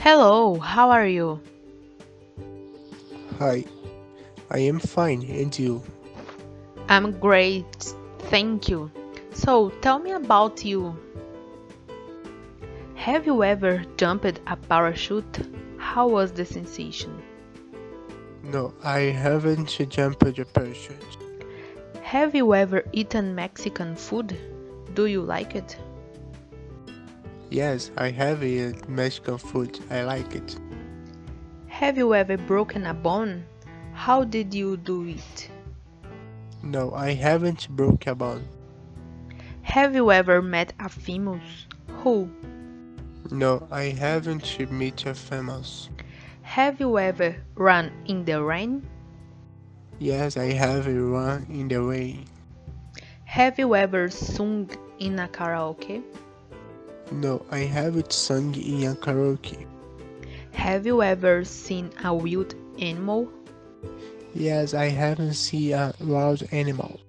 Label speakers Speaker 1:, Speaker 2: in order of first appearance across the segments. Speaker 1: Hello, how are you?
Speaker 2: Hi, I am fine, and you?
Speaker 1: I'm great, thank you. So, tell me about you. Have you ever jumped a parachute? How was the sensation?
Speaker 2: No, I haven't jumped a parachute.
Speaker 1: Have you ever eaten Mexican food? Do you like it?
Speaker 2: Yes, I have eaten Mexican food. I like it.
Speaker 1: Have you ever broken a bone? How did you do it?
Speaker 2: No, I haven't broke a bone.
Speaker 1: Have you ever met a famous? Who?
Speaker 2: No, I haven't met a famous.
Speaker 1: Have you ever run in the rain?
Speaker 2: Yes, I have run in the rain.
Speaker 1: Have you ever sung in a karaoke?
Speaker 2: No, I haven't sung in a karaoke.
Speaker 1: Have you ever seen a wild animal?
Speaker 2: Yes, I haven't seen a wild animal.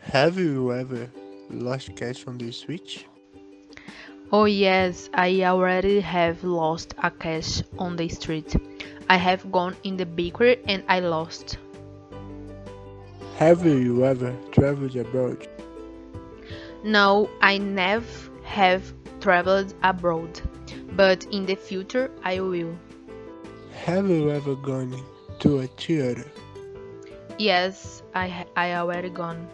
Speaker 2: Have you ever lost cash on the switch?
Speaker 1: Oh yes, I already have lost a cash on the street. I have gone in the bakery and I lost.
Speaker 2: Have you ever traveled abroad?
Speaker 1: No, I never have traveled abroad, but in the future I will.
Speaker 2: Have you ever gone to a theater?
Speaker 1: Yes, I ha- I already gone.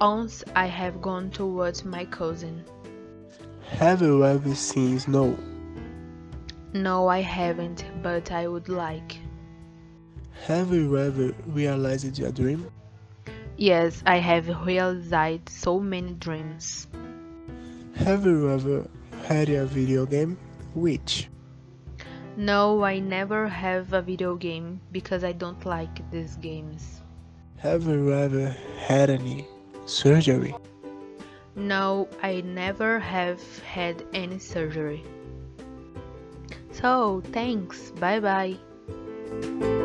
Speaker 1: Once I have gone towards my cousin.
Speaker 2: Have you ever seen snow?
Speaker 1: No, I haven't, but I would like.
Speaker 2: Have you ever realized a dream?
Speaker 1: Yes, I have realized so many dreams.
Speaker 2: Have you ever had a video game? Which?
Speaker 1: No, I never have a video game because I don't like these games.
Speaker 2: Have you ever had any surgery?
Speaker 1: No, I never have had any surgery. So, thanks. Bye bye.